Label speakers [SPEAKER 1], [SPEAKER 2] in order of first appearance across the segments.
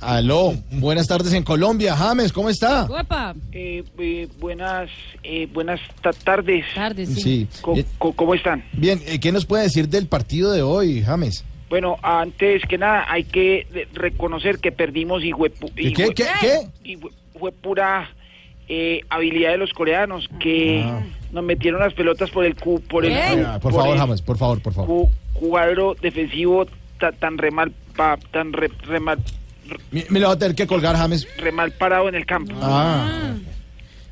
[SPEAKER 1] Aló, buenas tardes en Colombia. James, ¿cómo está?
[SPEAKER 2] Guapa,
[SPEAKER 3] Eh, eh, buenas eh, buenas ta- tardes.
[SPEAKER 2] tardes, sí.
[SPEAKER 1] Sí.
[SPEAKER 3] Co-
[SPEAKER 1] Eh,
[SPEAKER 3] co- ¿Cómo están?
[SPEAKER 1] Bien, eh, ¿qué nos puede decir del partido de hoy, James?
[SPEAKER 3] Bueno, antes que nada hay que de- reconocer que perdimos y
[SPEAKER 1] ¿Qué, qué, qué? qué?
[SPEAKER 3] fue pura eh, habilidad de los coreanos que nos metieron las pelotas por el cu por el
[SPEAKER 2] Bien.
[SPEAKER 3] cu-
[SPEAKER 1] Ah, por favor,
[SPEAKER 3] el
[SPEAKER 1] James, por favor, por favor.
[SPEAKER 3] cu- cuadro defensivo ta- tan remal pa- tan re- remal
[SPEAKER 1] Mi- Me lo va a tener que colgar, James.
[SPEAKER 3] remal parado en el campo.
[SPEAKER 1] Ah.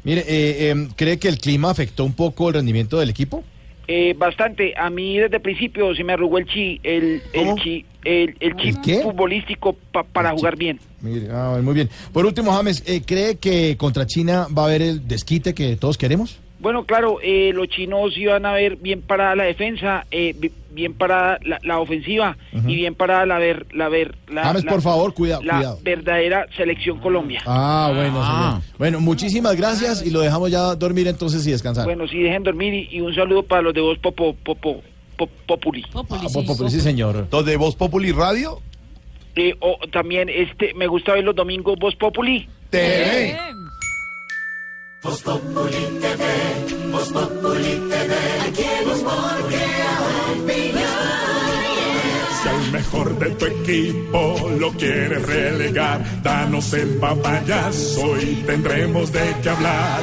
[SPEAKER 1] Mire, eh, em, ¿cree que el clima afectó un poco el rendimiento del equipo?
[SPEAKER 3] Eh, bastante. A mí desde el principio se me arrugó el chi, el, el
[SPEAKER 1] ¿Cómo?
[SPEAKER 3] chi, el, el chi
[SPEAKER 1] ¿El qué?
[SPEAKER 3] futbolístico pa- para jugar bien.
[SPEAKER 1] Mire, ah, muy bien. Por último, James, eh, ¿cree que contra China va a haber el desquite que todos queremos?
[SPEAKER 3] Bueno, claro, eh, los chinos iban a ver bien parada la defensa, eh, bi- bien parada la, la ofensiva y bien parada la ver, la ver, la,
[SPEAKER 1] James,
[SPEAKER 3] la-
[SPEAKER 1] por favor, cuidado,
[SPEAKER 3] la
[SPEAKER 1] cuidado.
[SPEAKER 3] verdadera selección Colombia.
[SPEAKER 1] Ah, bueno, señor. Bueno, muchísimas gracias y lo dejamos ya dormir entonces y descansar.
[SPEAKER 3] Bueno, sí, dejen dormir y, y un saludo para los de vos, Popo, Popo, Pop- Populi.
[SPEAKER 1] Ah,
[SPEAKER 2] Populi,
[SPEAKER 1] po-
[SPEAKER 2] sí.
[SPEAKER 1] po- sí, señor.
[SPEAKER 4] Los de Voz Populi Radio,
[SPEAKER 3] Eh, o también, este, me gusta ver los domingos Voz Populi.
[SPEAKER 4] TV.
[SPEAKER 2] Bien.
[SPEAKER 5] Si al mejor de tu equipo lo quieres relegar, danos el papayazo y tendremos de qué hablar.